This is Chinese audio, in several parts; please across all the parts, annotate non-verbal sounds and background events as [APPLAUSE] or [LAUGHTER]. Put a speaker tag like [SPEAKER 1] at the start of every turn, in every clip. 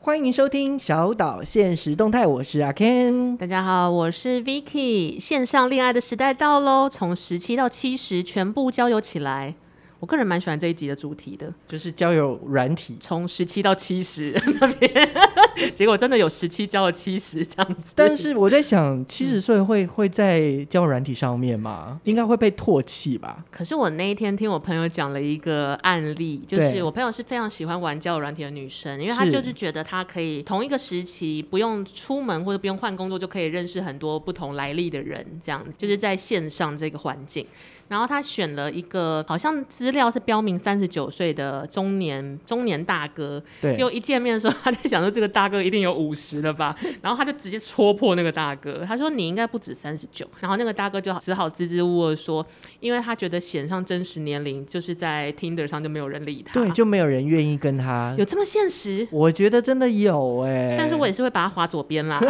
[SPEAKER 1] 欢迎收听小岛现实动态，我是阿 Ken。
[SPEAKER 2] 大家好，我是 Vicky。线上恋爱的时代到喽，从十七到七十全部交友起来。我个人蛮喜欢这一集的主题的，
[SPEAKER 1] 就是交友软体，
[SPEAKER 2] 从十七到七十那边， [LAUGHS] 结果真的有十七交了七十这样子。
[SPEAKER 1] 但是我在想，七十岁会会在交友软体上面吗？应该会被唾弃吧？
[SPEAKER 2] 可是我那一天听我朋友讲了一个案例，就
[SPEAKER 1] 对
[SPEAKER 2] 是我朋友是非常喜欢玩交友软体的女生，因为她
[SPEAKER 1] 是
[SPEAKER 2] 就是觉得她可以同一个时期不用出门或者不用换工作就可以认识很多不同来历的人，这样就是在线上这个环境。然后她选了一个好像资料是标明三十九岁的中年中年大哥，
[SPEAKER 1] 对
[SPEAKER 2] 结，果一见面的时候，他就想说这个大哥一定有五十了吧， [LAUGHS] 然后他就直接戳破那个大哥，他说你应该不止三十九。然后那个大哥就只好支支吾吾地说，因为他觉得显上真实年龄，就是在 Tinder 上就没有人理他。
[SPEAKER 1] 对，就没有人愿意跟他。
[SPEAKER 2] 有这么现实？
[SPEAKER 1] 我觉得真的有哎、
[SPEAKER 2] 虽然说我也是会把它划左边
[SPEAKER 1] [LAUGHS]
[SPEAKER 2] 啦。 [LAUGHS]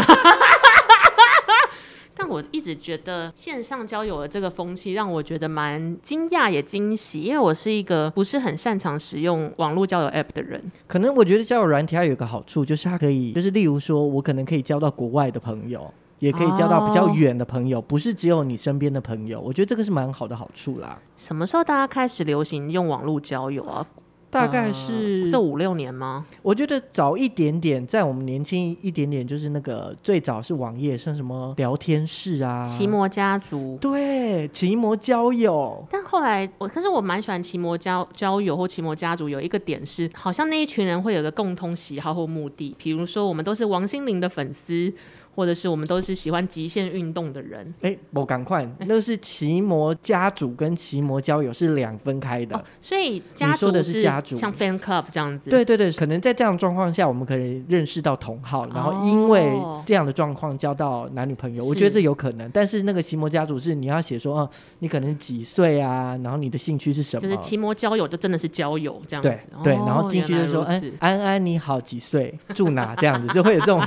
[SPEAKER 2] 但我一直觉得线上交友的这个风气让我觉得蛮惊讶也惊喜，因为我是一个不是很擅长使用网络交友 App 的人。
[SPEAKER 1] 可能我觉得交友软体它有一个好处，就是它可以，就是例如说我可能可以交到国外的朋友。也可以交到比较
[SPEAKER 2] 哦
[SPEAKER 1] 远的朋友不是只有你身边的朋友。我觉得这个是蛮好的好处啦。
[SPEAKER 2] 什么时候大家开始流行用网络交友啊？
[SPEAKER 1] 大概
[SPEAKER 2] 呃
[SPEAKER 1] 是
[SPEAKER 2] 这五六年吗？
[SPEAKER 1] 我觉得早一点点，在我们年轻一点点，就是那个最早是网页，像什么聊天室啊，
[SPEAKER 2] 奇摩家族。
[SPEAKER 1] 对奇摩交友，
[SPEAKER 2] 但后来我，可是我蛮喜欢奇摩交交友或奇摩家族。有一个点是，好像那一群人会有一个共通喜好或目的，比如说我们都是王心凌的粉丝，或者是我们都是喜欢极限运动的人。
[SPEAKER 1] 哎，我赶
[SPEAKER 2] [LAUGHS]
[SPEAKER 1] 快，那个是奇摩家族跟奇摩交友是两分开的。
[SPEAKER 2] 哦，所以家
[SPEAKER 1] 说
[SPEAKER 2] 族
[SPEAKER 1] 的是家族
[SPEAKER 2] 像 fan club 这样子。
[SPEAKER 1] 对对对，可能在这样的状况下，我们可以认识到同好，然后因为这样的状况交到男女朋友，我觉得
[SPEAKER 2] 哦是
[SPEAKER 1] 这有可能。但是那个奇摩家族是你要写说，哦、你可能几岁啊，然后你的兴趣是什么，
[SPEAKER 2] 就是奇摩交友就真的是交友这样子
[SPEAKER 1] 对。对，然后
[SPEAKER 2] 哦
[SPEAKER 1] 进去就说：“
[SPEAKER 2] 原来
[SPEAKER 1] 哎
[SPEAKER 2] 如此，
[SPEAKER 1] 安安你好，几岁，住哪？”这样子就会有这
[SPEAKER 2] [LAUGHS]
[SPEAKER 1] 种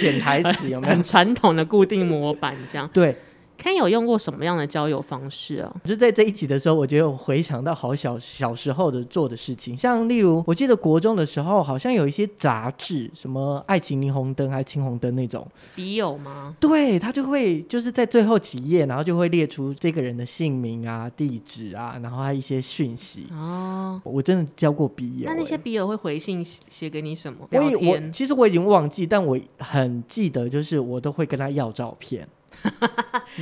[SPEAKER 1] 潜台词，有没 [LAUGHS] 有
[SPEAKER 2] 很？传统的固定模板这样。
[SPEAKER 1] 对，
[SPEAKER 2] Ken 有用过什么样的交友方式啊？
[SPEAKER 1] 就在这一集的时候，我觉得我回想到好小小时候的做的事情，像例如，我记得国中的时候，好像有一些杂志，什么《爱情霓虹灯》还是《青红灯》那种，
[SPEAKER 2] 笔友吗？
[SPEAKER 1] 对他就会就是在最后几页，然后就会列出这个人的姓名啊、地址啊，然后还有一些讯息。
[SPEAKER 2] 哦，
[SPEAKER 1] 我真的交过笔友、
[SPEAKER 2] 那那些
[SPEAKER 1] 欸
[SPEAKER 2] 笔友会回信写写给你什么？
[SPEAKER 1] 我
[SPEAKER 2] 聊
[SPEAKER 1] 已我
[SPEAKER 2] 天
[SPEAKER 1] 其实我已经忘记，但我很记得，就是我都会跟他要照片，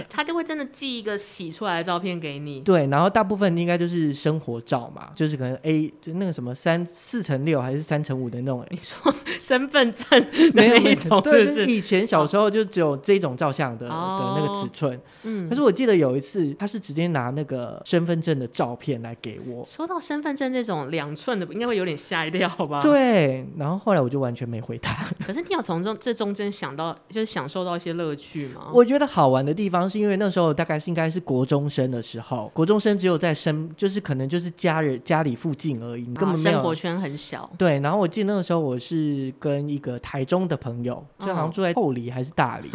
[SPEAKER 2] 他就会真的寄一个洗出来的照片给你。
[SPEAKER 1] 对，然后大部分应该就是生活照嘛，就是可能 A 就那个什么三四乘六还是三乘五的那种，
[SPEAKER 2] [LAUGHS] 身份证 [LAUGHS] 的
[SPEAKER 1] 没有
[SPEAKER 2] 那一种，
[SPEAKER 1] 对，
[SPEAKER 2] 是
[SPEAKER 1] 就
[SPEAKER 2] 不
[SPEAKER 1] 是
[SPEAKER 2] 是？
[SPEAKER 1] 以前小时候就只有这种照相的、的那个尺
[SPEAKER 2] 哦
[SPEAKER 1] 寸，可
[SPEAKER 2] 嗯，
[SPEAKER 1] 是我记得有一次他是直接拿那个身份证的照片来给我，
[SPEAKER 2] 说到身份证这种两寸的，应该会有点吓一跳吧？。
[SPEAKER 1] 对，然后后来我就完全没回他。
[SPEAKER 2] 可是你有从中这中间想到，就是享受到一些乐趣吗？
[SPEAKER 1] 我觉得好玩的地方是因为那时候大概是应该是国中生的时候，国中生只有在身，就是可能就是家人家里附近而已，你根
[SPEAKER 2] 啊
[SPEAKER 1] 本没
[SPEAKER 2] 生活
[SPEAKER 1] 有。
[SPEAKER 2] 圈很小，
[SPEAKER 1] 对，然后我记得那个时候我是跟一个台中的朋友，就好像
[SPEAKER 2] 嗯
[SPEAKER 1] 住在后里 [LAUGHS] 还是大理，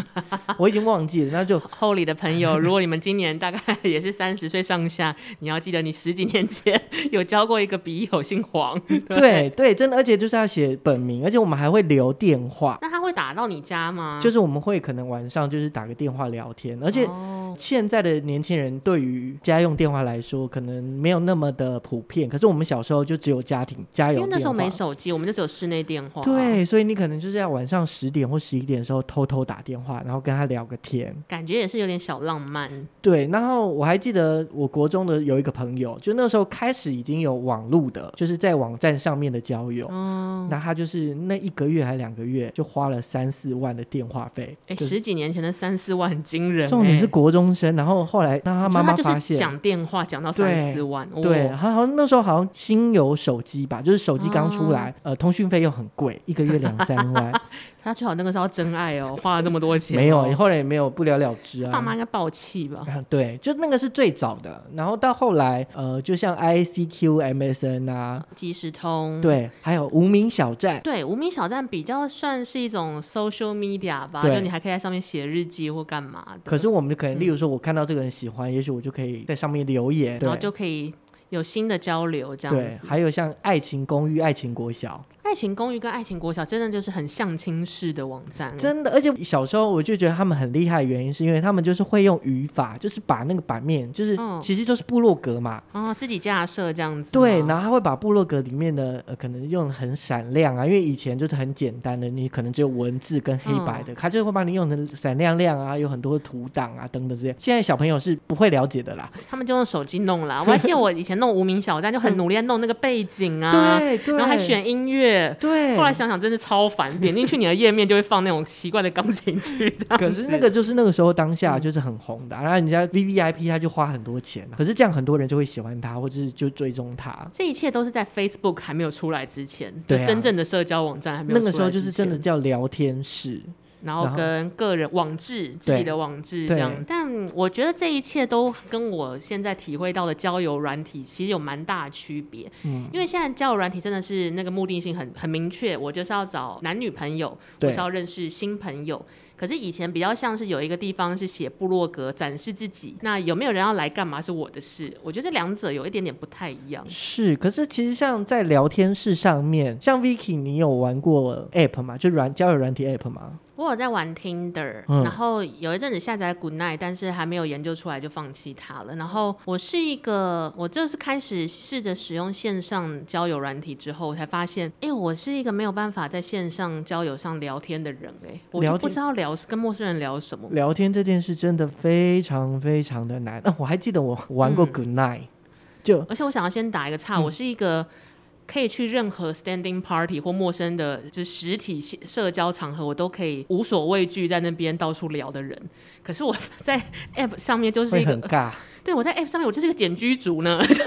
[SPEAKER 1] 我已经忘记了。那
[SPEAKER 2] [LAUGHS]
[SPEAKER 1] 就
[SPEAKER 2] 后里的朋友，如果你们今年大概 [LAUGHS] 也是三十岁上下，你要记得你十几年前 [LAUGHS] 有交过一个笔友姓黄，
[SPEAKER 1] [LAUGHS] 对对，真的，而且就是要写本名，而且我们还会留电话，
[SPEAKER 2] 那他会打到你家吗？
[SPEAKER 1] 就是我们会可能晚上就是打个电话聊天，而且
[SPEAKER 2] 嗯哦
[SPEAKER 1] 现在的年轻人对于家用电话来说，可能没有那么的普遍。可是我们小时候就只有家庭家
[SPEAKER 2] 因
[SPEAKER 1] 用
[SPEAKER 2] 为
[SPEAKER 1] 电话，
[SPEAKER 2] 那时候没手机，我们就只有室内电话。，
[SPEAKER 1] 对，所以你可能就是要晚上十点或十一点的时候偷偷打电话，然后跟他聊个天。
[SPEAKER 2] 感觉也是有点小浪漫。
[SPEAKER 1] 对，然后我还记得我国中的有一个朋友，就那时候开始已经有网路的，就是在网站上面的交友。
[SPEAKER 2] 哦，
[SPEAKER 1] 那他就是那一个月还两个月就花了三四万的电话费，
[SPEAKER 2] 哎，
[SPEAKER 1] 就是
[SPEAKER 2] 十几年前的三四万很惊人欸。
[SPEAKER 1] 重点是国中生，然后后来让他
[SPEAKER 2] 我觉得
[SPEAKER 1] 妈妈
[SPEAKER 2] 就
[SPEAKER 1] 发
[SPEAKER 2] 是
[SPEAKER 1] 现，
[SPEAKER 2] 讲电话讲到
[SPEAKER 1] 对
[SPEAKER 2] 三四万，哦
[SPEAKER 1] 对，，他好像那时候好像新有手机吧，就是手机刚出来，
[SPEAKER 2] 哦
[SPEAKER 1] 呃，通讯费又很贵，一个月两三
[SPEAKER 2] [LAUGHS]
[SPEAKER 1] 万，
[SPEAKER 2] 他最好那个时候真爱哦，花了那么多钱哦，
[SPEAKER 1] 没有，后来也没有不了了之啊。
[SPEAKER 2] 爸妈应该爆气吧？
[SPEAKER 1] 啊对，就那个是最早的，然后到后来，呃，就像 ICQ、MSN 啊，
[SPEAKER 2] 即时通，
[SPEAKER 1] 对，还有无名小站，
[SPEAKER 2] 对，无名小站比较算是一种 social media 吧，
[SPEAKER 1] 对
[SPEAKER 2] 就你还可以在上面写日记或干嘛的，
[SPEAKER 1] 可是我们可能，
[SPEAKER 2] 嗯
[SPEAKER 1] 例如说，我看到这个人喜欢，也许我就可以在上面留言，
[SPEAKER 2] 然后
[SPEAKER 1] 对，
[SPEAKER 2] 就可以有新的交流这样
[SPEAKER 1] 对，
[SPEAKER 2] 子。
[SPEAKER 1] 还有像《爱情公寓》《爱情国小》，
[SPEAKER 2] 爱爱情公寓》跟《爱情国小》真的就是很相亲式的网站，
[SPEAKER 1] 真的，而且小时候我就觉得他们很厉害，原因是因为他们就是会用语法，就是把那个版面，就是、
[SPEAKER 2] 嗯
[SPEAKER 1] 其实就是部落格嘛。
[SPEAKER 2] 哦，自己架设这样子吗。
[SPEAKER 1] 对，然后他会把部落格里面的呃，可能用得很闪亮啊，因为以前就是很简单的，你可能只有文字跟黑白
[SPEAKER 2] 嗯
[SPEAKER 1] 的，他就会帮你用成闪亮亮啊，有很多图档啊等等这些。现在小朋友是不会了解的啦。
[SPEAKER 2] 他们就用手机弄啦。我还记得我以前弄无名小站，就很努力在弄那个背景啊，
[SPEAKER 1] 对 [LAUGHS] 对，
[SPEAKER 2] 然后还选音乐。
[SPEAKER 1] 对。
[SPEAKER 2] 后来想想，真的超烦，点进去你的页面就会放那种奇怪的钢琴曲，这
[SPEAKER 1] [LAUGHS]
[SPEAKER 2] 样。
[SPEAKER 1] 可是那个就是那个时候当下
[SPEAKER 2] 嗯
[SPEAKER 1] 就是很红的啊、然后人家 V V I P 他就花很多钱啊、可是这样很多人就会喜欢他，或者是就追踪他。
[SPEAKER 2] 这一切都是在 Facebook 还没有出来之前，
[SPEAKER 1] 对啊
[SPEAKER 2] 就真正的社交网站还没有
[SPEAKER 1] 那
[SPEAKER 2] 出来
[SPEAKER 1] 个
[SPEAKER 2] 之
[SPEAKER 1] 时候就是
[SPEAKER 2] 前
[SPEAKER 1] 真的，叫聊天室，
[SPEAKER 2] 然后
[SPEAKER 1] 然后
[SPEAKER 2] 跟个人网志自己的网志这
[SPEAKER 1] 对
[SPEAKER 2] 样。但我觉得这一切都跟我现在体会到的交友软体其实有蛮大的区别，
[SPEAKER 1] 嗯
[SPEAKER 2] 因为现在交友软体真的是那个目的性很很明确，我就是要找男女朋友，
[SPEAKER 1] 对
[SPEAKER 2] 我是要认识新朋友。可是以前比较像是有一个地方是写部落格展示自己，那有没有人要来干嘛是我的事。我觉得这两者有一点点不太一样。
[SPEAKER 1] 是。可是其实像在聊天室上面，像 Vicky，你有玩过 App 吗？就软交友软体 App 吗？
[SPEAKER 2] 我有在玩 Tinder，、
[SPEAKER 1] 嗯
[SPEAKER 2] 然后有一阵子下载 Good Night，但是还没有研究出来就放弃它了。然后我是一个，我就是开始试着使用线上交友软体之后，我才发现，哎、我是一个没有办法在线上交友上聊天的人、哎，我就
[SPEAKER 1] 聊天嗯
[SPEAKER 2] 不知道聊跟陌生人聊什么。
[SPEAKER 1] 聊天这件事真的非常非常的难。啊、我还记得我玩过
[SPEAKER 2] 嗯
[SPEAKER 1] Good Night，、就
[SPEAKER 2] 而且我想要先打一
[SPEAKER 1] 嗯
[SPEAKER 2] 个岔，我是一个。可以去任何 standing party 或陌生的，就是实体社交场合，我都可以无所畏惧，在那边到处聊的人。可是我在 [LAUGHS] app 上面就是
[SPEAKER 1] 会
[SPEAKER 2] 一个
[SPEAKER 1] 很尬。
[SPEAKER 2] 对，我在 F 上面，我就是个简居族呢， [LAUGHS] 就是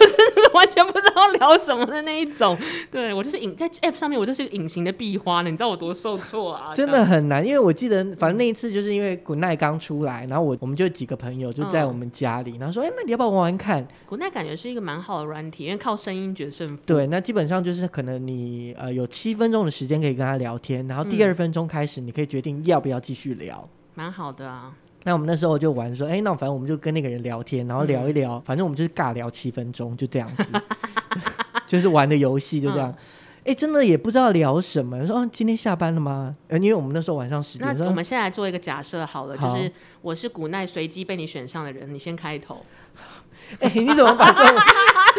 [SPEAKER 2] 完全不知道聊什么的那一种。对我就是隐在 F 上面，我就是个隐形的壁花呢，你知道我多受挫啊！
[SPEAKER 1] 真
[SPEAKER 2] 这
[SPEAKER 1] 的
[SPEAKER 2] 样，
[SPEAKER 1] 很难，因为我记得，反正那一次就是因为 Good Night 刚出来，然后我我们就几个朋友就在
[SPEAKER 2] 嗯
[SPEAKER 1] 我们家里，然后说，哎、那你要不要玩玩看？
[SPEAKER 2] 国内感觉是一个蛮好的软体，因为靠声音决胜负。
[SPEAKER 1] 对，那基本上就是可能你呃有七分钟的时间可以跟他聊天，然后第
[SPEAKER 2] 嗯
[SPEAKER 1] 二分钟开始你可以决定要不要继续聊。
[SPEAKER 2] 蛮好的啊。
[SPEAKER 1] 那我们那时候就玩说，哎、那反正我们就跟那个人聊天，然后聊一聊，反正我们就是尬聊七分钟，就这样 [LAUGHS] 子，就是玩的游戏就这样。哎、真的也不知道聊什么，说、啊、今天下班了吗？呃，因为我们那时候晚上十
[SPEAKER 2] 那
[SPEAKER 1] 点，说
[SPEAKER 2] 我们现在来做一个假设好了，就
[SPEAKER 1] 好
[SPEAKER 2] 是我是古奈随机被你选上的人，你先开头。
[SPEAKER 1] 哎、你怎么把这 [LAUGHS] 种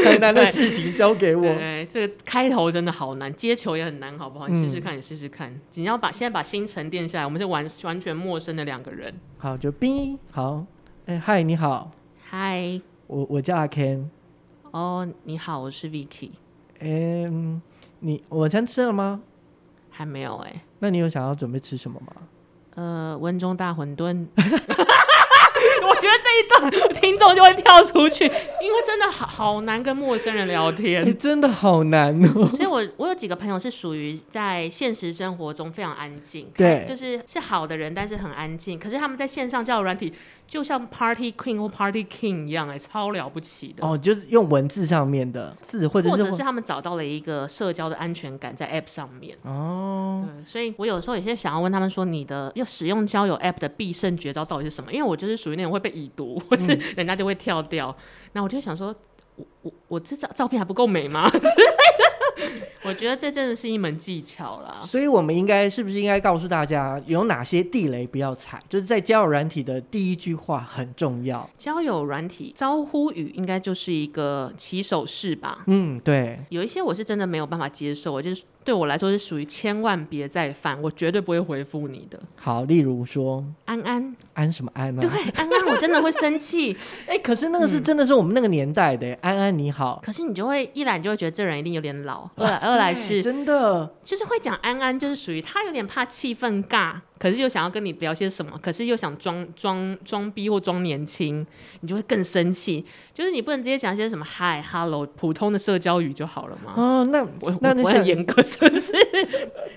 [SPEAKER 1] 很难的事情交给我？
[SPEAKER 2] 对，这个开头真的好难，接球也很难，好不好？
[SPEAKER 1] 嗯
[SPEAKER 2] 你试试看，你试试看。你要把现在把心沉淀下来，我们是完完全陌生的两个人。
[SPEAKER 1] 好，就冰好，哎、嗨，你好，
[SPEAKER 2] 嗨，
[SPEAKER 1] 我我叫阿 Ken，
[SPEAKER 2] 哦，你好，我是 Vicky。
[SPEAKER 1] 嗯、你晚餐吃了吗？
[SPEAKER 2] 还没有哎、
[SPEAKER 1] 那你有想要准备吃什么吗？
[SPEAKER 2] 呃，温中大
[SPEAKER 1] [LAUGHS]
[SPEAKER 2] 馄饨。我觉得这一段听众就会跳出去，因为真的好好难跟陌生人聊
[SPEAKER 1] 你、
[SPEAKER 2] 天。
[SPEAKER 1] 哎真的好难哦。
[SPEAKER 2] 所以我我有几个朋友是属于在现实生活中非常安静，
[SPEAKER 1] 对
[SPEAKER 2] 就是是好的人，但是很安静。可是他们在线上交友软体，就像 Party Queen 或 Party King 一样、哎，超了不起的。
[SPEAKER 1] 哦，就是用文字上面的字，或者
[SPEAKER 2] 或
[SPEAKER 1] 是
[SPEAKER 2] 者是他们找到了一个社交的安全感在 App 上面。
[SPEAKER 1] 哦，
[SPEAKER 2] 对，所以我有时候也是想要问他们说，你的要使用交友 App 的必胜绝招到底是什么？因为我就是属于那种会被已读，或是人家就会跳掉。那、我就会想说，我我我这照照片还不够美吗？之 [LAUGHS] 类的。我觉得这真的是一门技巧啦。
[SPEAKER 1] 所以我们应该是不是应该告诉大家有哪些地雷不要踩？就是在交友软体的第一句话很重要。
[SPEAKER 2] 交友软体招呼语应该就是一个起手式吧。
[SPEAKER 1] 嗯，对，
[SPEAKER 2] 有一些我是真的没有办法接受，我就是对我来说是属于千万别再犯，我绝对不会回复你的。
[SPEAKER 1] 好，例如说
[SPEAKER 2] 安安，
[SPEAKER 1] 安什么安呢、
[SPEAKER 2] 对
[SPEAKER 1] [LAUGHS] 啊？
[SPEAKER 2] 安安，我真的会生气。
[SPEAKER 1] 哎、可是那个是真的是我们那个年代的、安安你好，
[SPEAKER 2] 可是你就会一来你就会觉得这人一定有点
[SPEAKER 1] [LAUGHS]
[SPEAKER 2] 老，二来
[SPEAKER 1] 哦对
[SPEAKER 2] 呃二来是
[SPEAKER 1] 真的，
[SPEAKER 2] 就是会讲安安，就是属于他有点怕气氛尬，可是又想要跟你聊些什么，可是又想装装装逼或装年轻，你就会更生气。就是你不能直接讲一些什么嗨、hello 普通的社交语就好了嘛。
[SPEAKER 1] 哦，那
[SPEAKER 2] 我我
[SPEAKER 1] 那
[SPEAKER 2] 我
[SPEAKER 1] 想
[SPEAKER 2] 很严格，是不是？ [LAUGHS]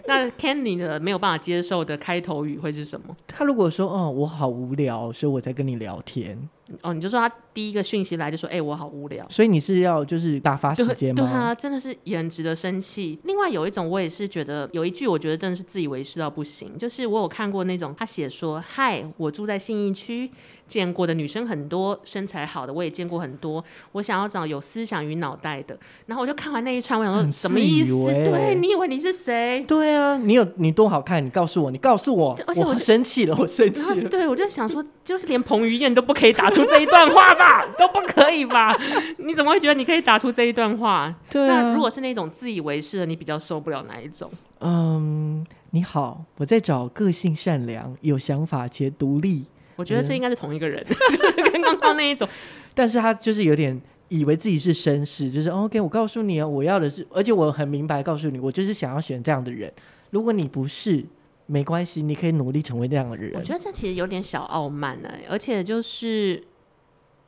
[SPEAKER 2] 那 Kenny 的没有办法接受的开头语会是什么？
[SPEAKER 1] 他如果说哦，我好无聊，所以我在跟你聊天，
[SPEAKER 2] 哦，你就说他第一个讯息来就说，哎、我好无聊。
[SPEAKER 1] 所以你是要就是打发时
[SPEAKER 2] 对
[SPEAKER 1] 间
[SPEAKER 2] 对
[SPEAKER 1] 吗？
[SPEAKER 2] 啊，真的是也很值得生气。另外有一种，我也是觉得有一句，我觉得真的是自以为是到不行。就是我有看过那种，他写说：“嗨，我住在信义区，见过的女生很多，身材好的我也见过很多，我想要找有思想与脑袋的。”然后我就看完那一串，我想说
[SPEAKER 1] 很
[SPEAKER 2] 什么意
[SPEAKER 1] 自
[SPEAKER 2] 思？
[SPEAKER 1] 以为
[SPEAKER 2] 对你以为你是谁？
[SPEAKER 1] 对啊，你有你多好看？你告诉我，你告诉我
[SPEAKER 2] 对，而且我
[SPEAKER 1] 我
[SPEAKER 2] 就
[SPEAKER 1] 生气了，我生
[SPEAKER 2] 然后
[SPEAKER 1] 气了。
[SPEAKER 2] 对我就想说，就是连彭于晏都不可以打出这一段话吧，都不可以吧？ [LAUGHS] 你怎么会觉得你可以打出这一段话？
[SPEAKER 1] 对
[SPEAKER 2] [LAUGHS] 那
[SPEAKER 1] 啊
[SPEAKER 2] 如，果是那种自以为是的，你比较受不了哪一种？
[SPEAKER 1] 嗯，你好，我在找个性善良、有想法且独立，
[SPEAKER 2] 我觉得
[SPEAKER 1] 嗯
[SPEAKER 2] 这应该是同一个人， [LAUGHS] 就是跟刚刚那一
[SPEAKER 1] [LAUGHS]
[SPEAKER 2] 种。
[SPEAKER 1] 但是他就是有点以为自己是绅士，就是哦 OK，我告诉你啊，我要的是，而且我很明白告诉你，我就是想要选这样的人。如果你不是，没关系，你可以努力成为那样的
[SPEAKER 2] 我
[SPEAKER 1] 人。
[SPEAKER 2] 觉得这其实有点小傲慢呢、而且就是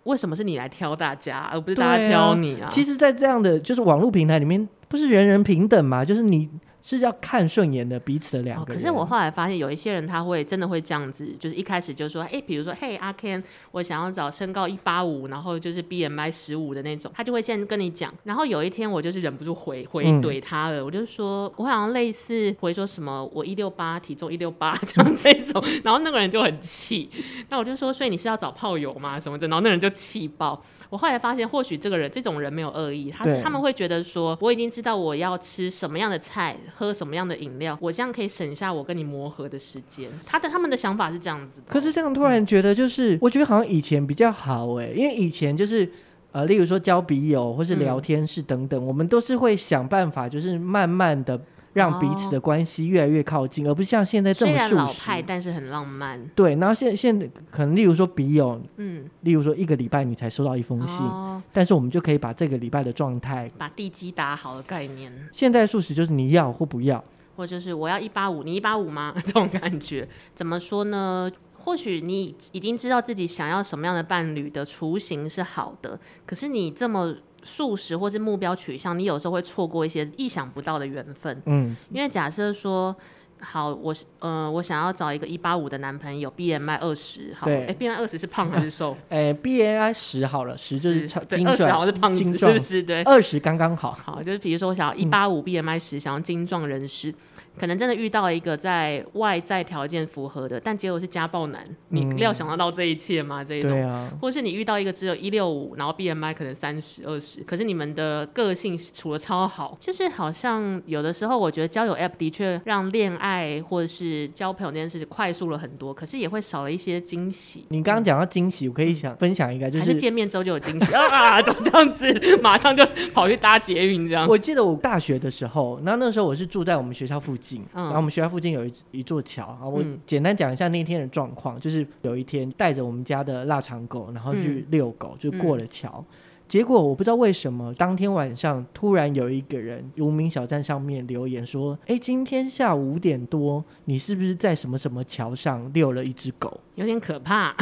[SPEAKER 2] 为什么是你来挑大家，而不是大
[SPEAKER 1] 对啊
[SPEAKER 2] 家挑你啊？
[SPEAKER 1] 其实，在这样的就是网络平台里面，不是人人平等嘛？就是你是要看顺眼的彼此的两
[SPEAKER 2] 哦，
[SPEAKER 1] 个
[SPEAKER 2] 可
[SPEAKER 1] 人。
[SPEAKER 2] 是我后来发现有一些人他会真的会这样子，就是一开始就说，哎、比如说，嘿，阿 Ken，我想要找身高一八五，然后就是 BMI 十五的那种，他就会先跟你讲。然后有一天我就是忍不住回回
[SPEAKER 1] 嗯
[SPEAKER 2] 怼他了，我就说我好像类似回说什么我一六八，体重一六八 [LAUGHS] 这样这种，然后那个人就很气，那我就说，所以你是要找炮友吗？什么的，然后那人就气爆。我后来发现，或许这个人这种人没有恶意，他是
[SPEAKER 1] 对
[SPEAKER 2] 他们会觉得说，我已经知道我要吃什么样的菜，喝什么样的饮料，我这样可以省下我跟你磨合的时间。他的他们的想法是这样子的哦、
[SPEAKER 1] 可是这样突然觉得，就是、我觉得好像以前比较好哎、因为以前就是呃，例如说交笔友或是聊天室等等，我们都是会想办法，就是慢慢的让彼此的关系越来越靠近，而不是像现在这
[SPEAKER 2] 虽
[SPEAKER 1] 么
[SPEAKER 2] 然
[SPEAKER 1] 速
[SPEAKER 2] 老派，
[SPEAKER 1] 食。
[SPEAKER 2] 但是很浪漫。
[SPEAKER 1] 对，然后现现可能例如说笔友，
[SPEAKER 2] 嗯，
[SPEAKER 1] 例如说一个礼拜你才收到一封信，
[SPEAKER 2] 哦，
[SPEAKER 1] 但是我们就可以把这个礼拜的状态。
[SPEAKER 2] 把地基打好的概念，
[SPEAKER 1] 现在素食就是你要或不要，
[SPEAKER 2] 或就是我要一八五，你一八五吗？ [LAUGHS] 这种感觉，怎么说呢？或许你已经知道自己想要什么样的伴侣的雏形是好的，可是你这么素食或是目标取向，你有时候会错过一些意想不到的缘分。
[SPEAKER 1] 嗯，
[SPEAKER 2] 因为假设说，好，我是呃，我想要找一个一八五的男朋友，BMI 二十，好，
[SPEAKER 1] 对
[SPEAKER 2] 哎，BMI 二十是胖还是瘦？
[SPEAKER 1] 诶 b a i 十好了，十就是超
[SPEAKER 2] 对
[SPEAKER 1] 精
[SPEAKER 2] 20好
[SPEAKER 1] 准，
[SPEAKER 2] 像是胖
[SPEAKER 1] 精
[SPEAKER 2] 子，是
[SPEAKER 1] 壮嗯
[SPEAKER 2] 不是？对，
[SPEAKER 1] 二十刚刚好，
[SPEAKER 2] 好，就是比如说我想要一八五 BMI 十，想要精壮人士，可能真的遇到一个在外在条件符合的，但结果是家暴男，你
[SPEAKER 1] 嗯
[SPEAKER 2] 料想得到这一切吗？这一种。
[SPEAKER 1] 对啊，
[SPEAKER 2] 或是你遇到一个只有一六五，然后 BMI 可能三十二十，可是你们的个性处的超好，就是好像有的时候我觉得交友 App 的确让恋爱或者是交朋友这件事情快速了很多，可是也会少了一些惊喜。
[SPEAKER 1] 你刚刚讲到惊喜，我可以想分享一个，就
[SPEAKER 2] 嗯还是
[SPEAKER 1] 是
[SPEAKER 2] 见面之后就有惊喜啊？怎么这样子？马上就跑去搭捷运这样？
[SPEAKER 1] 我记得我大学的时候，然后那时候我是住在我们学校附近，
[SPEAKER 2] 嗯
[SPEAKER 1] 然后我们学校附近有一一座桥，然后我
[SPEAKER 2] 嗯
[SPEAKER 1] 简单讲一下那天的状况，就是有一天带着我们家的腊肠狗，然后
[SPEAKER 2] 嗯
[SPEAKER 1] 去遛狗，就过了桥。结果我不知道为什么，当天晚上突然有一个人无名小站上面留言说：“哎，今天下午五点多，你是不是在什么什么桥上遛了一只狗？”
[SPEAKER 2] 有点可怕。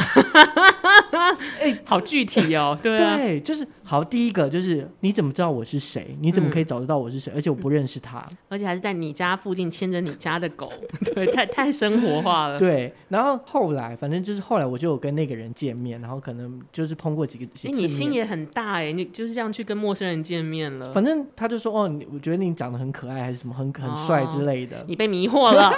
[SPEAKER 2] 好具体哦，对啊，
[SPEAKER 1] 对，就是好。第一个就是你怎么知道我是谁？你怎么可以找得到我
[SPEAKER 2] 嗯
[SPEAKER 1] 是谁？而且我不认识他。
[SPEAKER 2] 而且还是在你家附近牵着你家的狗，对，太太生活化了。
[SPEAKER 1] 对，然后后来反正就是后来我就有跟那个人见面，然后可能就是碰过几个几
[SPEAKER 2] 哎、
[SPEAKER 1] 次
[SPEAKER 2] 你心
[SPEAKER 1] 面。
[SPEAKER 2] 也很大哎、你就是这样去跟陌生人见面了，
[SPEAKER 1] 反正他就说哦，你我觉得你长得很可爱，还是什么很很帅之类
[SPEAKER 2] [LAUGHS]
[SPEAKER 1] 的，
[SPEAKER 2] 你被迷惑
[SPEAKER 1] [LAUGHS]
[SPEAKER 2] 了。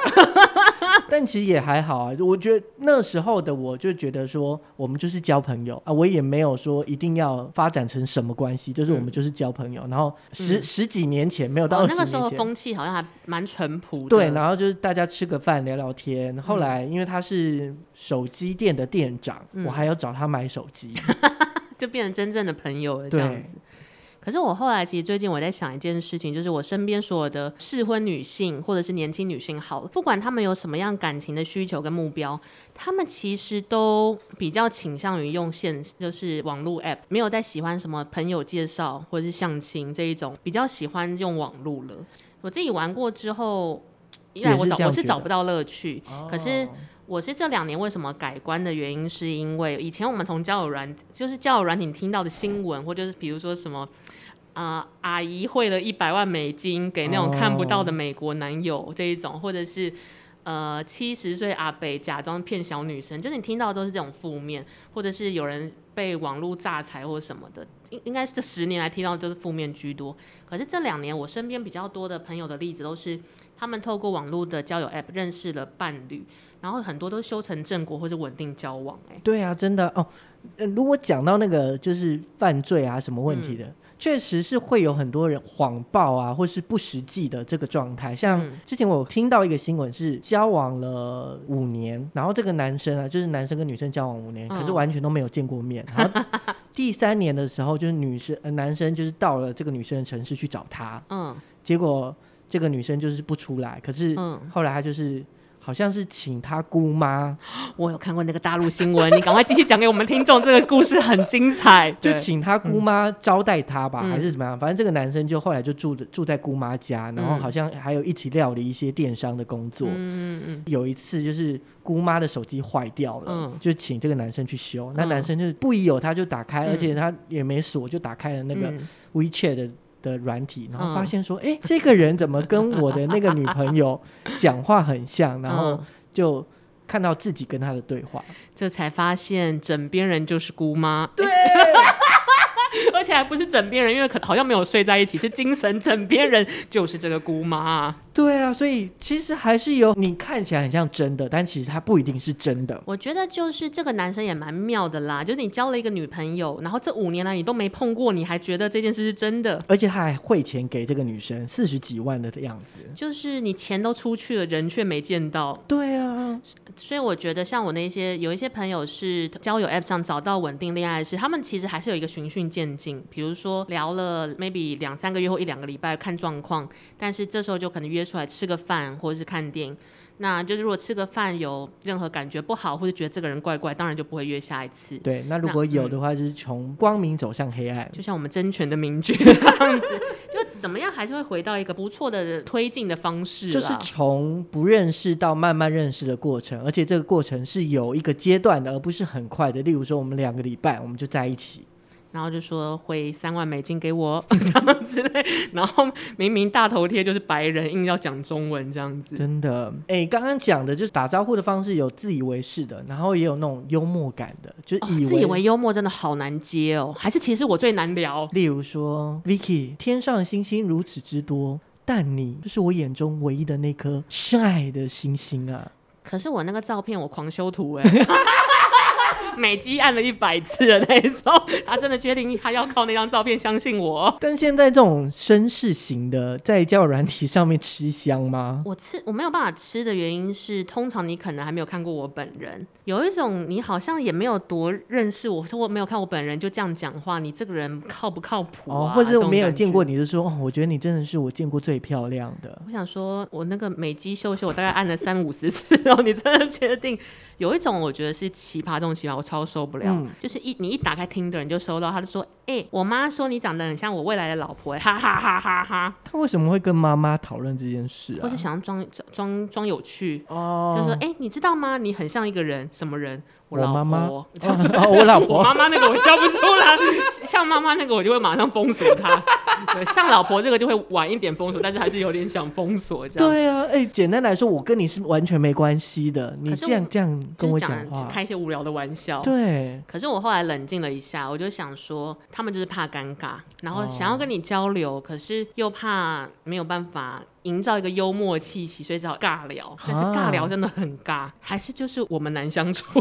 [SPEAKER 1] 但其实也还好啊。我觉得那时候的我就觉得说，我们就是交朋友啊，我也没有说一定要发展成什么关系，就是我们就是交朋友。然后十、
[SPEAKER 2] 嗯
[SPEAKER 1] 十几年前没有到
[SPEAKER 2] 哦
[SPEAKER 1] 二十
[SPEAKER 2] 那
[SPEAKER 1] 年
[SPEAKER 2] 个
[SPEAKER 1] 前，
[SPEAKER 2] 时候风气好像还蛮淳朴的。
[SPEAKER 1] 对，然后就是大家吃个饭聊聊天。后来因为他是手机店的店长，
[SPEAKER 2] 嗯
[SPEAKER 1] 我还要找他买手机。
[SPEAKER 2] 就变成真正的朋友了这样
[SPEAKER 1] 对
[SPEAKER 2] 子。可是我后来其实最近我在想一件事情，就是我身边所有的适婚女性或者是年轻女性，好了，不管她们有什么样感情的需求跟目标，她们其实都比较倾向于用线，就是网络 app，没有在喜欢什么朋友介绍或者是相亲这一种，比较喜欢用网络了。我自己玩过之后，一来
[SPEAKER 1] 也是
[SPEAKER 2] 我找
[SPEAKER 1] 这样
[SPEAKER 2] 我是
[SPEAKER 1] 觉
[SPEAKER 2] 找
[SPEAKER 1] 得
[SPEAKER 2] 不到乐趣， [LAUGHS] 可是
[SPEAKER 1] 哦
[SPEAKER 2] 我是这两年为什么改观的原因，是因为以前我们从交友软，就是交友软体听到的新闻，或者是比如说什么，啊阿姨汇了一百万美金给那种
[SPEAKER 1] 哦
[SPEAKER 2] 看不到的美国男友这一种，或者是呃七十岁阿北假装骗小女生，就是你听到都是这种负面，或者是有人被网络诈财或什么的，应应该是这十年来听到就是负面居多。可是这两年我身边比较多的朋友的例子都是，他们透过网络的交友 App 认识了伴侣，然后很多都修成正果或是稳定交往、欸。哎，
[SPEAKER 1] 对啊，真的哦、呃如果讲到那个就是犯罪啊什么问题的，
[SPEAKER 2] 嗯
[SPEAKER 1] 确实是会有很多人谎报啊，或是不实际的这个状态。像
[SPEAKER 2] 嗯
[SPEAKER 1] 之前我听到一个新闻是交往了五年，然后这个男生啊，就是男生跟女生交往五年，
[SPEAKER 2] 嗯
[SPEAKER 1] 可是完全都没有见过面。然后 [LAUGHS] 第三年的时候，就是女生、呃、男生就是到了这个女生的城市去找她，
[SPEAKER 2] 嗯
[SPEAKER 1] 结果这个女生就是不出来，可是
[SPEAKER 2] 嗯，
[SPEAKER 1] 后来她就是。好像是请她姑妈，
[SPEAKER 2] 我有看过那个大陆新闻，你赶快继续讲给我们听众，这个故事很精彩。
[SPEAKER 1] 就
[SPEAKER 2] 对
[SPEAKER 1] 请他姑妈招待他吧，
[SPEAKER 2] 嗯
[SPEAKER 1] 还是怎么样？反正这个男生就后来就住的住在姑妈家，然后
[SPEAKER 2] 嗯
[SPEAKER 1] 好像还有一起料理一些电商的工作。
[SPEAKER 2] 嗯嗯
[SPEAKER 1] 有一次就是姑妈的手机坏掉了，
[SPEAKER 2] 嗯
[SPEAKER 1] 就请这个男生去修。那
[SPEAKER 2] 嗯
[SPEAKER 1] 男生就是不疑有他，就打开，
[SPEAKER 2] 嗯
[SPEAKER 1] 而且他也没锁，就打开了那个
[SPEAKER 2] 嗯
[SPEAKER 1] WeChat 的。的软体，然后发现说，哎、这个人怎么跟我的那个女朋友讲话很像？然后
[SPEAKER 2] 嗯
[SPEAKER 1] 就看到自己跟他的对话，
[SPEAKER 2] 这才发现枕边人就是姑妈，
[SPEAKER 1] 对，
[SPEAKER 2] [LAUGHS] 而且还不是枕边人，因为可好像没有睡在一起，是精神枕边人就是这个姑妈。
[SPEAKER 1] 对啊，所以其实还是有你看起来很像真的，但其实它不一定是真的。
[SPEAKER 2] 我觉得就是这个男生也蛮妙的啦，就是你交了一个女朋友，然后这五年来你都没碰过，你还觉得这件事是真的，
[SPEAKER 1] 而且他还汇钱给这个女生四十几万的样子。
[SPEAKER 2] 就是你钱都出去了，人却没见到。
[SPEAKER 1] 对啊，
[SPEAKER 2] 所以我觉得，像我那些有一些朋友是交友 App 上找到稳定恋爱的事，他们其实还是有一个循序渐进，比如说聊了 maybe 两三个月或一两个礼拜看状况，但是这时候就可能约出来吃个饭或者是看电影。那就是如果吃个饭有任何感觉不好，或者觉得这个人怪怪，当然就不会约下一次。
[SPEAKER 1] 对，那如果有的话，就是从光明走向黑暗。
[SPEAKER 2] 就像我们争权的名句 [LAUGHS] 这样子，就怎么样还是会回到一个不错的推进的方式啦。
[SPEAKER 1] 就是从不认识到慢慢认识的过程，而且这个过程是有一个阶段的，而不是很快的。例如说，我们两个礼拜我们就在一起，
[SPEAKER 2] 然后就说汇三万美金给我 [LAUGHS] 这样之类，然后明明大头贴就是白人，硬要讲中文这样子。
[SPEAKER 1] 真的。哎，刚刚讲的就是打招呼的方式有自以为是的，然后也有那种幽默感的，就
[SPEAKER 2] 哦
[SPEAKER 1] 以，
[SPEAKER 2] 自
[SPEAKER 1] 为
[SPEAKER 2] 以为幽默真的好难接哦，还是其实我最难聊。
[SPEAKER 1] 例如说，Vicky，天上的星星如此之多，但你就是我眼中唯一的那颗 shine 的星星啊！
[SPEAKER 2] 可是我那个照片我狂修图哎， [LAUGHS] 美肌按了一百次的那一种，他真的决定他要靠那张照片相信我。
[SPEAKER 1] 但现在这种绅士型的，在交友软体上面吃香吗？
[SPEAKER 2] 我吃我没有办法吃的原因是，通常你可能还没有看过我本人，有一种你好像也没有多认识我，说我没有看我本人就这样讲话，你这个人靠不靠谱
[SPEAKER 1] 哦
[SPEAKER 2] 啊？，
[SPEAKER 1] 或者我没有
[SPEAKER 2] 这种感觉
[SPEAKER 1] 见过。你就说，哦，我觉得你真的是我见过最漂亮的。
[SPEAKER 2] 我想说，我那个美肌秀秀，我大概按了三五十次， [LAUGHS] 然后你真的确定？有一种我觉得是奇葩中奇葩，我超受不了。
[SPEAKER 1] 嗯
[SPEAKER 2] 就是一你一打开听的人就收到，他就说：“哎、我妈说你长得很像我未来的老婆、哈哈哈哈哈！”
[SPEAKER 1] 他为什么会跟妈妈讨论这件事
[SPEAKER 2] 或
[SPEAKER 1] 啊
[SPEAKER 2] 是？想要装装装有趣，
[SPEAKER 1] 哦，
[SPEAKER 2] 就说：“哎、你知道吗？你很像一个人，什么人？
[SPEAKER 1] 我
[SPEAKER 2] 老
[SPEAKER 1] 妈妈 [LAUGHS]
[SPEAKER 2] 婆。
[SPEAKER 1] 哦，我老
[SPEAKER 2] [LAUGHS] 我妈
[SPEAKER 1] 婆，
[SPEAKER 2] 妈那个我笑不出来， [LAUGHS] 像妈妈那个我就会马上封锁
[SPEAKER 1] [LAUGHS]
[SPEAKER 2] 她。对，像老婆这个就会晚一点封锁，但是还是有点想封锁这样。
[SPEAKER 1] 对啊，哎，简单来说，我跟你是完全没关系的。你
[SPEAKER 2] 可是
[SPEAKER 1] 这样
[SPEAKER 2] 我
[SPEAKER 1] 这样跟
[SPEAKER 2] 就
[SPEAKER 1] 我
[SPEAKER 2] 是
[SPEAKER 1] 讲
[SPEAKER 2] 讲
[SPEAKER 1] 话，
[SPEAKER 2] 开一哦些无聊的玩笑。
[SPEAKER 1] 对，
[SPEAKER 2] 可是我后来冷静了一下，我就想说，他们就是怕尴尬，然后
[SPEAKER 1] 哦
[SPEAKER 2] 想要跟你交流，可是又怕没有办法营造一个幽默气息，所以只好尬聊。但是尬聊真的很尬，还是就是我们难相处。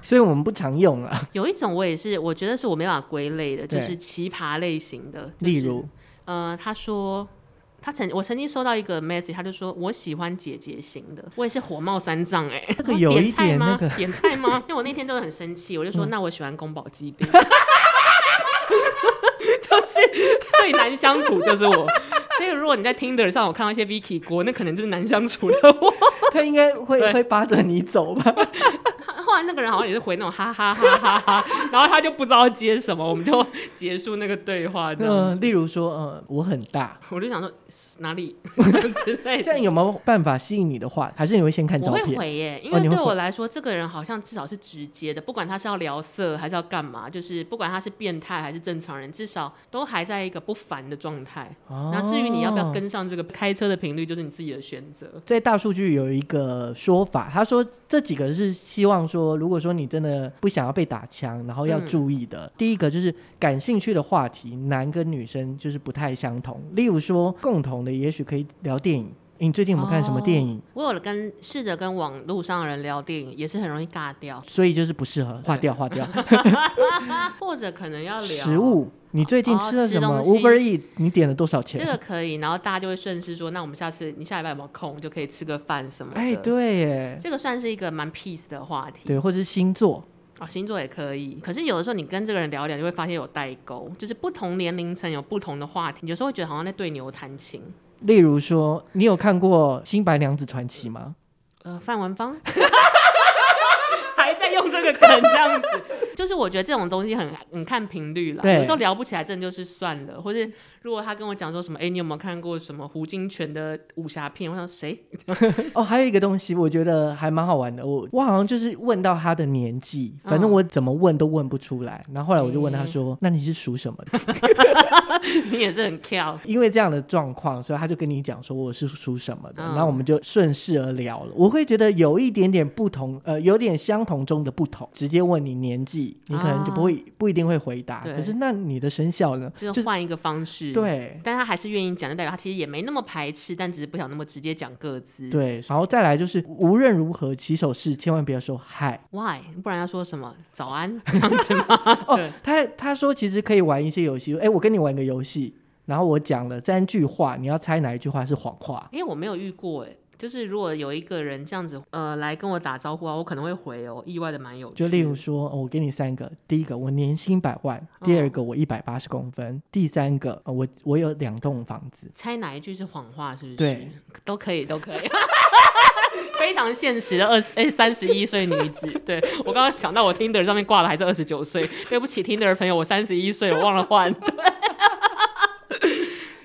[SPEAKER 1] 所以我们不常用啊了。
[SPEAKER 2] 有一种我也是，我觉得是我没办法归类的，就
[SPEAKER 1] 对
[SPEAKER 2] 是奇葩类型的。就是
[SPEAKER 1] 例如，
[SPEAKER 2] 呃，他说他曾我曾经收到一个 message，他就说我喜欢姐姐型的，我也是火冒三丈哎、欸， [LAUGHS]
[SPEAKER 1] 这个有一
[SPEAKER 2] 点菜
[SPEAKER 1] 点那
[SPEAKER 2] 吗？
[SPEAKER 1] 个 [LAUGHS]
[SPEAKER 2] [LAUGHS]
[SPEAKER 1] 嗯
[SPEAKER 2] 点菜吗？因为我那天真的很生气，我就说、那我喜欢宫保鸡丁， [LAUGHS] 就是最难相处就是我。 [LAUGHS] 所以如果你在 Tinder 上我看到一些 Vicky [LAUGHS] 锅，那可能就是难相处的我。
[SPEAKER 1] 他应该会
[SPEAKER 2] 对
[SPEAKER 1] 会扒着你走吧？
[SPEAKER 2] 后来那个人好像也是回那种哈哈哈哈哈，然后他就不知道接什么，我们就结束那个对话这样。
[SPEAKER 1] 嗯、例如说，嗯，我很大，
[SPEAKER 2] 我就想说
[SPEAKER 1] [LAUGHS]
[SPEAKER 2] 哪里之类
[SPEAKER 1] 这
[SPEAKER 2] 的
[SPEAKER 1] 样。有没有办法吸引你的话，还是你会先看
[SPEAKER 2] 我
[SPEAKER 1] 照
[SPEAKER 2] 会
[SPEAKER 1] 片？
[SPEAKER 2] 回耶，因
[SPEAKER 1] 哦
[SPEAKER 2] 为
[SPEAKER 1] 你会
[SPEAKER 2] 对我
[SPEAKER 1] 回
[SPEAKER 2] 来说，这个人好像至少是直接的，不管他是要聊色还是要干嘛，就是不管他是变态还是正常人，至少都还在一个不凡的状态。那
[SPEAKER 1] 那
[SPEAKER 2] 至于你要不
[SPEAKER 1] 哦
[SPEAKER 2] 要跟上这个开车的频率，就是你自己的选择。
[SPEAKER 1] 在大数据有一个说法，他说这几个是希望说，如果说你真的不想要被打枪，然后要
[SPEAKER 2] 嗯
[SPEAKER 1] 注意的。第一个就是感兴趣的话题，男跟女生就是不太相同。例如说，共同的也许可以聊电影。你最近有没有看什
[SPEAKER 2] 哦
[SPEAKER 1] 么电影？
[SPEAKER 2] 我有跟试着跟网络上的人聊电影，也是很容易尬 [LAUGHS] 掉，
[SPEAKER 1] 所以就是不适合，划掉划掉。
[SPEAKER 2] 或者可能要聊
[SPEAKER 1] 食。物，你最近
[SPEAKER 2] 哦
[SPEAKER 1] 吃了
[SPEAKER 2] 吃
[SPEAKER 1] 什么
[SPEAKER 2] 东西
[SPEAKER 1] ？Uber E，你点了多少
[SPEAKER 2] 这
[SPEAKER 1] 钱？
[SPEAKER 2] 个可以，然后大家就会顺势说，那我们下次你下礼拜有没有空，就可以吃个饭什么的。
[SPEAKER 1] 哎，，对耶，
[SPEAKER 2] 这个算是一个蛮 peace 的话题。
[SPEAKER 1] 对，或者是星座，
[SPEAKER 2] 哦，星座也可以。可是有的时候你跟这个人聊一聊，就会发现有代沟，就是不同年龄层有不同的话题，有时候会觉得好像在对牛弹琴。
[SPEAKER 1] 例如说，你有看过《新白娘子传奇》吗？
[SPEAKER 2] 呃，范文芳 [LAUGHS] 还在用这个梗这样子，就是我觉得这种东西很很看频率啦。
[SPEAKER 1] 对
[SPEAKER 2] 有时候聊不起来，真的就是算了。或是如果他跟我讲说什么，哎、你有没有看过什么胡金铨的武侠片？我想谁？ [LAUGHS]
[SPEAKER 1] 哦，还有一个东西，我觉得还蛮好玩的。我我好像就是问到他的年纪，
[SPEAKER 2] 嗯
[SPEAKER 1] 反正我怎么问都问不出来。然后后来我就问他说：“那你是属什么的。
[SPEAKER 2] 你也是很跳？”
[SPEAKER 1] 因为这样的状况，所以他就跟你讲说我是属什么的。
[SPEAKER 2] 嗯
[SPEAKER 1] 然后我们就顺势而聊了。我会觉得有一点点不同，呃，有点相同中的不同。直接问你年纪，你可能就不会、不一定会回答。
[SPEAKER 2] 啊对嗯
[SPEAKER 1] 可是那你的生肖呢？
[SPEAKER 2] 就是换一个方式，，
[SPEAKER 1] 对。
[SPEAKER 2] 但他还是愿意讲，就代表他其实也没那么排斥，但只是不想那么直接讲各自。
[SPEAKER 1] 对，然后再来就是无论如何起手式，千万不要说嗨。
[SPEAKER 2] Why？不然要说什么早安这样子 [LAUGHS] 吗？
[SPEAKER 1] 哦
[SPEAKER 2] 啊对，
[SPEAKER 1] 他他说其实可以玩一些游戏，哎、我跟你玩个游戏，然后我讲了三句话，你要猜哪一句话是谎话。
[SPEAKER 2] 因为我没有遇过哎、就是如果有一个人这样子呃来跟我打招呼啊，我可能会回哦，意外的蛮有趣
[SPEAKER 1] 就
[SPEAKER 2] 的。
[SPEAKER 1] 例如说，哦我给你三个，第一个我年薪百万，第
[SPEAKER 2] 嗯
[SPEAKER 1] 二个我一百八十公分，第三个、呃我我有两栋房子。
[SPEAKER 2] 猜哪一句是谎话，是不是？
[SPEAKER 1] 对，
[SPEAKER 2] 都可以，都可以。 [LAUGHS] 非常现实的二十哎三十一岁女子，对我刚刚想到我 Tinder 上面挂的还是二十九岁，对不起 Tinder 的朋友，我三十一岁，我忘了换。对
[SPEAKER 1] [LAUGHS]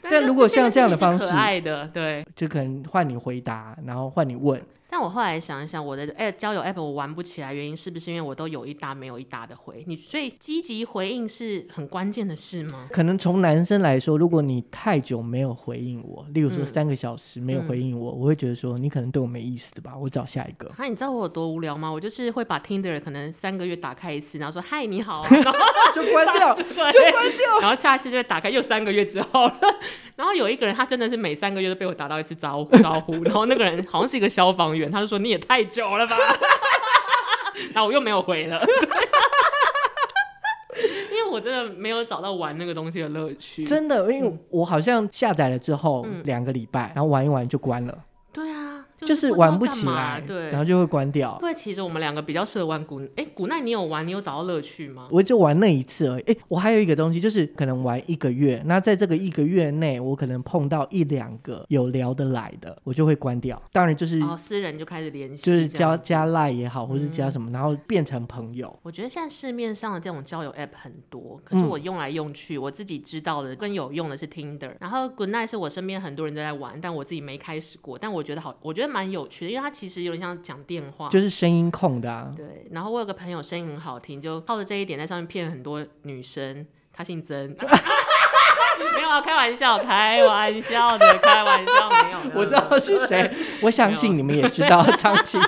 [SPEAKER 1] 但如果像这样的方式
[SPEAKER 2] 是可爱的，对，
[SPEAKER 1] 就可能换你回答，然后换你问，
[SPEAKER 2] 但我后来想一想，我的哎交友 app 我玩不起来，原因是不是因为我都有一搭没有一搭的回？你最积极回应是很关键的事吗？
[SPEAKER 1] 可能从男生来说，如果你太久没有回应我，例如说
[SPEAKER 2] 嗯
[SPEAKER 1] 三个小时没有回应我，我会觉得说你可能对我没意思吧，我找下一个。
[SPEAKER 2] [LAUGHS] 啊，你知道我有多无聊吗？我就是会把 Tinder 可能三个月打开一次，然后说嗨你好啊， [LAUGHS] 然后，
[SPEAKER 1] 就关掉
[SPEAKER 2] [LAUGHS] 就关掉，然后下一次就会打开又三个月之后了。 [LAUGHS] 然后有一个人他真的是每三个月都被我打到一次招呼招呼， [LAUGHS] 然后那个人好像是一个消防员，他就说你也太久了吧， [LAUGHS] 然后我又没有回了。 [LAUGHS] 因为我真的没有找到玩那个东西的乐趣，
[SPEAKER 1] 真的，因为我好像下载了之后
[SPEAKER 2] 嗯
[SPEAKER 1] 两个礼拜，然后玩一玩就关了，
[SPEAKER 2] 对啊，
[SPEAKER 1] 就是
[SPEAKER 2] 知道
[SPEAKER 1] 玩不
[SPEAKER 2] 干
[SPEAKER 1] 起
[SPEAKER 2] 嘛
[SPEAKER 1] 来，
[SPEAKER 2] 对
[SPEAKER 1] 然，后就会关掉。
[SPEAKER 2] 对，其实我们两个比较适合玩古，哎、古奈你有玩，你有找到乐趣吗？
[SPEAKER 1] 我就玩那一次而已。哎，我还有一个东西，就是可能玩一个月，那在这个一个月内，我可能碰到一两个有聊得来的，我就会关掉。当然就是、
[SPEAKER 2] 然后私人就开始联系，
[SPEAKER 1] 就是
[SPEAKER 2] 哦这样
[SPEAKER 1] 加
[SPEAKER 2] 嗯
[SPEAKER 1] 加赖也好，或是加什么，然后变成朋友。
[SPEAKER 2] 我觉得现在市面上的这种交友 App 很多，可是
[SPEAKER 1] 嗯
[SPEAKER 2] 我用来用去，我自己知道的更有用的是 Tinder，然后 Goodnight 是我身边很多人都在玩，但我自己没开始过，但我觉得好，我觉得蛮有趣的，因为它其实有点像讲电话。
[SPEAKER 1] 就是声音控的
[SPEAKER 2] [LAUGHS]
[SPEAKER 1] 啊，
[SPEAKER 2] 对，然后我有个朋友声音很好听，就靠着这一点在上面骗很多女生，他姓曾。 [LAUGHS] 没有啊，开玩笑，开玩笑的，开玩笑，没有。没有
[SPEAKER 1] 我知道是
[SPEAKER 2] [LAUGHS]
[SPEAKER 1] 谁，我相信你们也知道张信。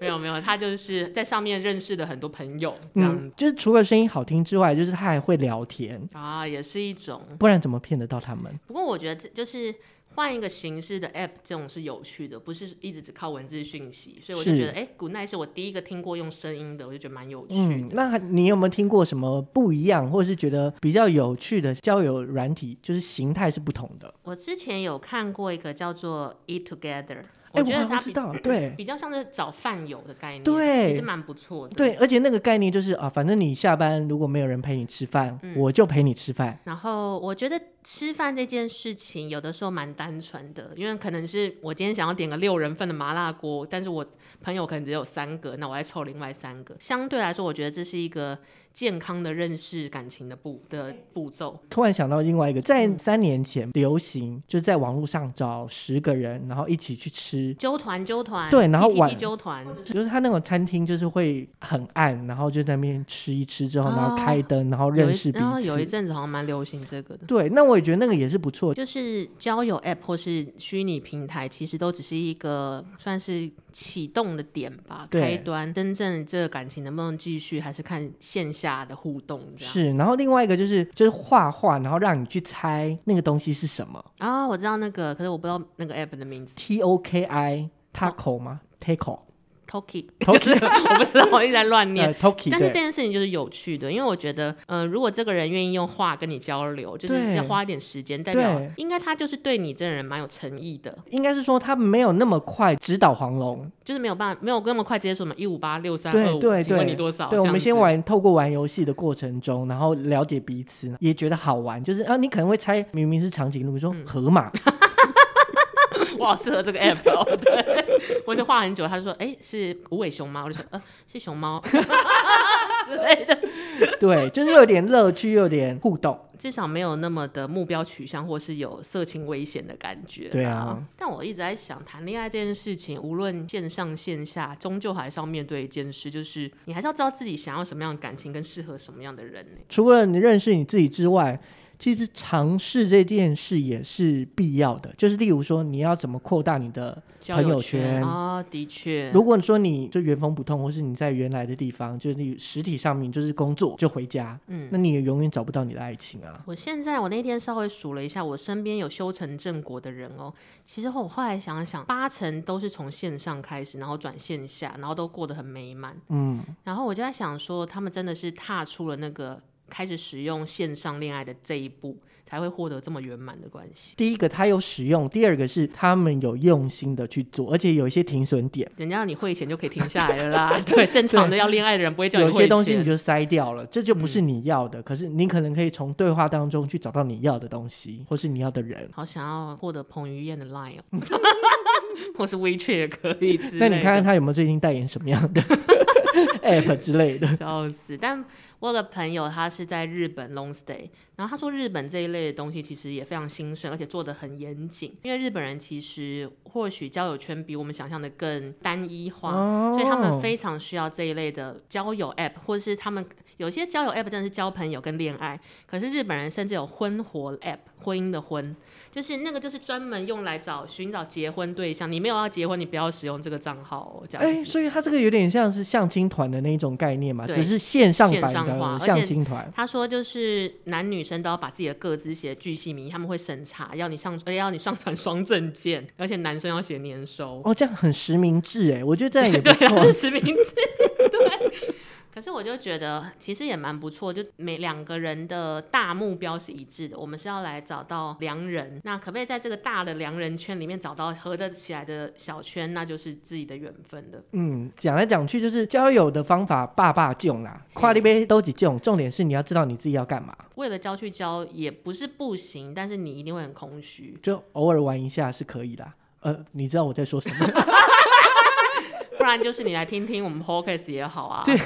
[SPEAKER 2] 没有没有，他就是在上面认识的很多朋友， [LAUGHS] 这样、
[SPEAKER 1] 嗯，就是除了声音好听之外，就是他还会聊天，
[SPEAKER 2] 啊，也是一种。
[SPEAKER 1] 不然怎么骗得到他们？
[SPEAKER 2] 不过我觉得这就是换一个形式的 app，这种是有趣的，不是一直只靠文字讯息。所以我就是觉得，哎，古奈是我第一个听过用声音的，我就觉得蛮有趣
[SPEAKER 1] 嗯，
[SPEAKER 2] 的。
[SPEAKER 1] 那你有没有听过什么不一样，或者是觉得比较有趣的交友软体，就是形态是不同的？
[SPEAKER 2] 我之前有看过一个叫做 Eat Together，
[SPEAKER 1] 哎、
[SPEAKER 2] 觉
[SPEAKER 1] 我
[SPEAKER 2] 得
[SPEAKER 1] 好像
[SPEAKER 2] 它
[SPEAKER 1] 知
[SPEAKER 2] 比嗯
[SPEAKER 1] 道，对
[SPEAKER 2] 比较像是找饭友的概念，
[SPEAKER 1] 对
[SPEAKER 2] 其实蛮不错的。
[SPEAKER 1] 对，而且那个概念就是啊，反正你下班如果没有人陪你吃饭，
[SPEAKER 2] 嗯
[SPEAKER 1] 我就陪你吃饭。
[SPEAKER 2] 然后我觉得吃饭这件事情有的时候蛮单纯的，因为可能是我今天想要点个六人份的麻辣锅，但是我朋友可能只有三个，那我来凑另外三个。相对来说，我觉得这是一个健康的认识感情的步的步骤。
[SPEAKER 1] 突然想到另外一个，在
[SPEAKER 2] 嗯
[SPEAKER 1] 三年前流行，就是在网络上找十个人，然后一起去吃。
[SPEAKER 2] 揪团揪团，
[SPEAKER 1] 对然后
[SPEAKER 2] PTT
[SPEAKER 1] 晚
[SPEAKER 2] 揪团，
[SPEAKER 1] 就是他那种餐厅，就是会很暗，然后就在那边吃一吃之后，然后
[SPEAKER 2] 哦
[SPEAKER 1] 开灯，然后
[SPEAKER 2] 有
[SPEAKER 1] 认识
[SPEAKER 2] 一
[SPEAKER 1] 彼
[SPEAKER 2] 然后有一
[SPEAKER 1] 此。
[SPEAKER 2] 阵子好像蛮流行这个的。
[SPEAKER 1] 对，那我也觉得那个也是不错。
[SPEAKER 2] 就是交友 App 或是虚拟平台，其实都只是一个算是启动的点吧，
[SPEAKER 1] 对
[SPEAKER 2] 开端。真正这个感情能不能继续，还是看线下的互动这样。
[SPEAKER 1] 是，然后另外一个就是就是画画，然后让你去猜那个东西是什么。
[SPEAKER 2] 啊、我知道那个，可是我不知道那个 App 的名字
[SPEAKER 1] T O K I Taco 吗？Taco [LAUGHS]
[SPEAKER 2] ，Toki，就是
[SPEAKER 1] Toki
[SPEAKER 2] 我不知道，我一直在乱念。
[SPEAKER 1] 呃 Toki
[SPEAKER 2] 但是这
[SPEAKER 1] 对
[SPEAKER 2] 件事情就是有趣的，因为我觉得，呃，如果这个人愿意用话跟你交流，就是
[SPEAKER 1] 对
[SPEAKER 2] 要花一点时间，代表
[SPEAKER 1] 对
[SPEAKER 2] 应该他就是对你这个人蛮有诚意的，
[SPEAKER 1] 应该是说他没有那么快直导黄龙。
[SPEAKER 2] 就是没有办法，没有那么快接受什么一五八六三二
[SPEAKER 1] 对
[SPEAKER 2] 五，
[SPEAKER 1] 对
[SPEAKER 2] 请问
[SPEAKER 1] 对
[SPEAKER 2] 你多少？
[SPEAKER 1] 对，我们先
[SPEAKER 2] 玩。
[SPEAKER 1] 玩，透过玩游戏的过程中，然后了解彼此，也觉得好玩。就是啊，你可能会猜，明明是长颈鹿，你
[SPEAKER 2] 嗯
[SPEAKER 1] 说河马， [LAUGHS]
[SPEAKER 2] [LAUGHS] 我好适合这个 app 哦。对， [LAUGHS] 我就画很久，他就说：“哎、是无尾熊吗？”我就说：“呃，是
[SPEAKER 1] [LAUGHS]
[SPEAKER 2] 熊猫 [LAUGHS] 之类的。
[SPEAKER 1] 对，就是有点乐趣，又有点互动。”
[SPEAKER 2] 至少没有那么的目标取向，或是有色情危险的感觉。
[SPEAKER 1] 对啊，
[SPEAKER 2] 但我一直在想，谈恋爱这件事情，无论线上线下，终究还是要面对一件事，就是你还是要知道自己想要什么样的感情，跟适合什么样的人呢、欸
[SPEAKER 1] 除了你认识你自己之外，其实尝试这件事也是必要的。就是例如说，你要怎么扩大你的
[SPEAKER 2] 交
[SPEAKER 1] 朋友
[SPEAKER 2] 圈啊、的确，
[SPEAKER 1] 如果你说你就原封不动，或是你在原来的地方，就是你实体上面就是工作就回家，
[SPEAKER 2] 嗯
[SPEAKER 1] 那你也永远找不到你的爱情啊。
[SPEAKER 2] 我现在我那天稍微数了一下，我身边有修成正果的人哦，其实我后来想一想，八成都是从线上开始，然后转线下，然后都过得很美满。
[SPEAKER 1] 嗯，
[SPEAKER 2] 然后我就在想说，他们真的是踏出了那个开始使用线上恋爱的这一步，才会获得这么圆满的关系。
[SPEAKER 1] 第一个他有使用，第二个是他们有用心的去做，而且有一些停损点，
[SPEAKER 2] 人家让你汇钱就可以停下来
[SPEAKER 1] [LAUGHS]
[SPEAKER 2] 了啦，对，正常的要恋爱的人不会叫你
[SPEAKER 1] 有
[SPEAKER 2] 汇
[SPEAKER 1] 些
[SPEAKER 2] 钱。嗯
[SPEAKER 1] 东西你就筛掉了，这就不是你要的。可是你可能可以从对话当中去找到你要的东西，或是你要的人。
[SPEAKER 2] 好想要获得彭于晏的 line
[SPEAKER 1] [LAUGHS]
[SPEAKER 2] 哦，或是 WeChat 也可以之类
[SPEAKER 1] 那
[SPEAKER 2] 的。
[SPEAKER 1] 你看看他有没有最近代言什么
[SPEAKER 2] [LAUGHS]
[SPEAKER 1] 样的 app 之类的？
[SPEAKER 2] 笑死！但我有个朋友，他是在日本 long stay，然后他说日本这一类的东西其实也非常兴盛，而且做的很严谨。因为日本人其实或许交友圈比我们想象的更单一化，所以他们非常需要这一类的交友 app，或者是他们有些交友 app 真的是交朋友跟恋爱，可是日本人甚至有婚活 app，婚姻的婚，就是那个就是专门用来找寻找结婚对象。你没有要结婚，你不要使用这个账号哦，这样
[SPEAKER 1] 哎、
[SPEAKER 2] 子。
[SPEAKER 1] 所以它这个有点像是相亲团的那一种概念嘛，
[SPEAKER 2] 对
[SPEAKER 1] 只是线上
[SPEAKER 2] 线
[SPEAKER 1] 版
[SPEAKER 2] 上化而
[SPEAKER 1] 的
[SPEAKER 2] 且
[SPEAKER 1] 相亲团。
[SPEAKER 2] 他说，就是男女生都要把自己的各自写得巨细靡遗，他们会审查，要你上，呃要你上传双证件，而且男生要写年收。
[SPEAKER 1] 哦，这样很实名制哎，我觉得 [LAUGHS] 这样
[SPEAKER 2] [LAUGHS]
[SPEAKER 1] 也不
[SPEAKER 2] 对啊，
[SPEAKER 1] 错
[SPEAKER 2] 这。是实名制。对。可是我就觉得其实也蛮不错，就每两个人的大目标是一致的，我们是要来找到良人。那可不可以在这个大的良人圈里面找到合得起来的小圈，那就是自己的缘分的。
[SPEAKER 1] 嗯，讲来讲去就是交友的方法，爸爸囧啦，跨立杯都几囧。重点是你要知道你自己要干嘛，
[SPEAKER 2] 为了交去交也不是不行，但是你一定会很空虚。
[SPEAKER 1] 就偶尔玩一下是可以啦。呃，你知道我在说什么？
[SPEAKER 2] 不然就是你来听听我们 podcast 也好啊，对，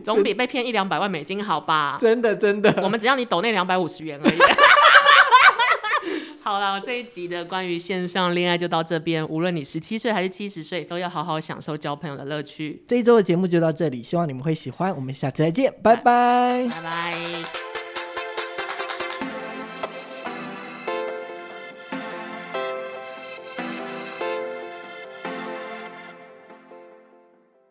[SPEAKER 2] 总比被骗一两百万美金好吧？
[SPEAKER 1] [LAUGHS] [LAUGHS] 真的真的，
[SPEAKER 2] 我们只要你抖那两百五十元而已。 [LAUGHS] 好了，这一集的关于线上恋爱就到这边。无论你十七岁还是七十岁，都要好好享受交朋友的乐趣。
[SPEAKER 1] 这一周的节目就到这里，希望你们会喜欢，我们下次再见，拜拜
[SPEAKER 2] 拜拜。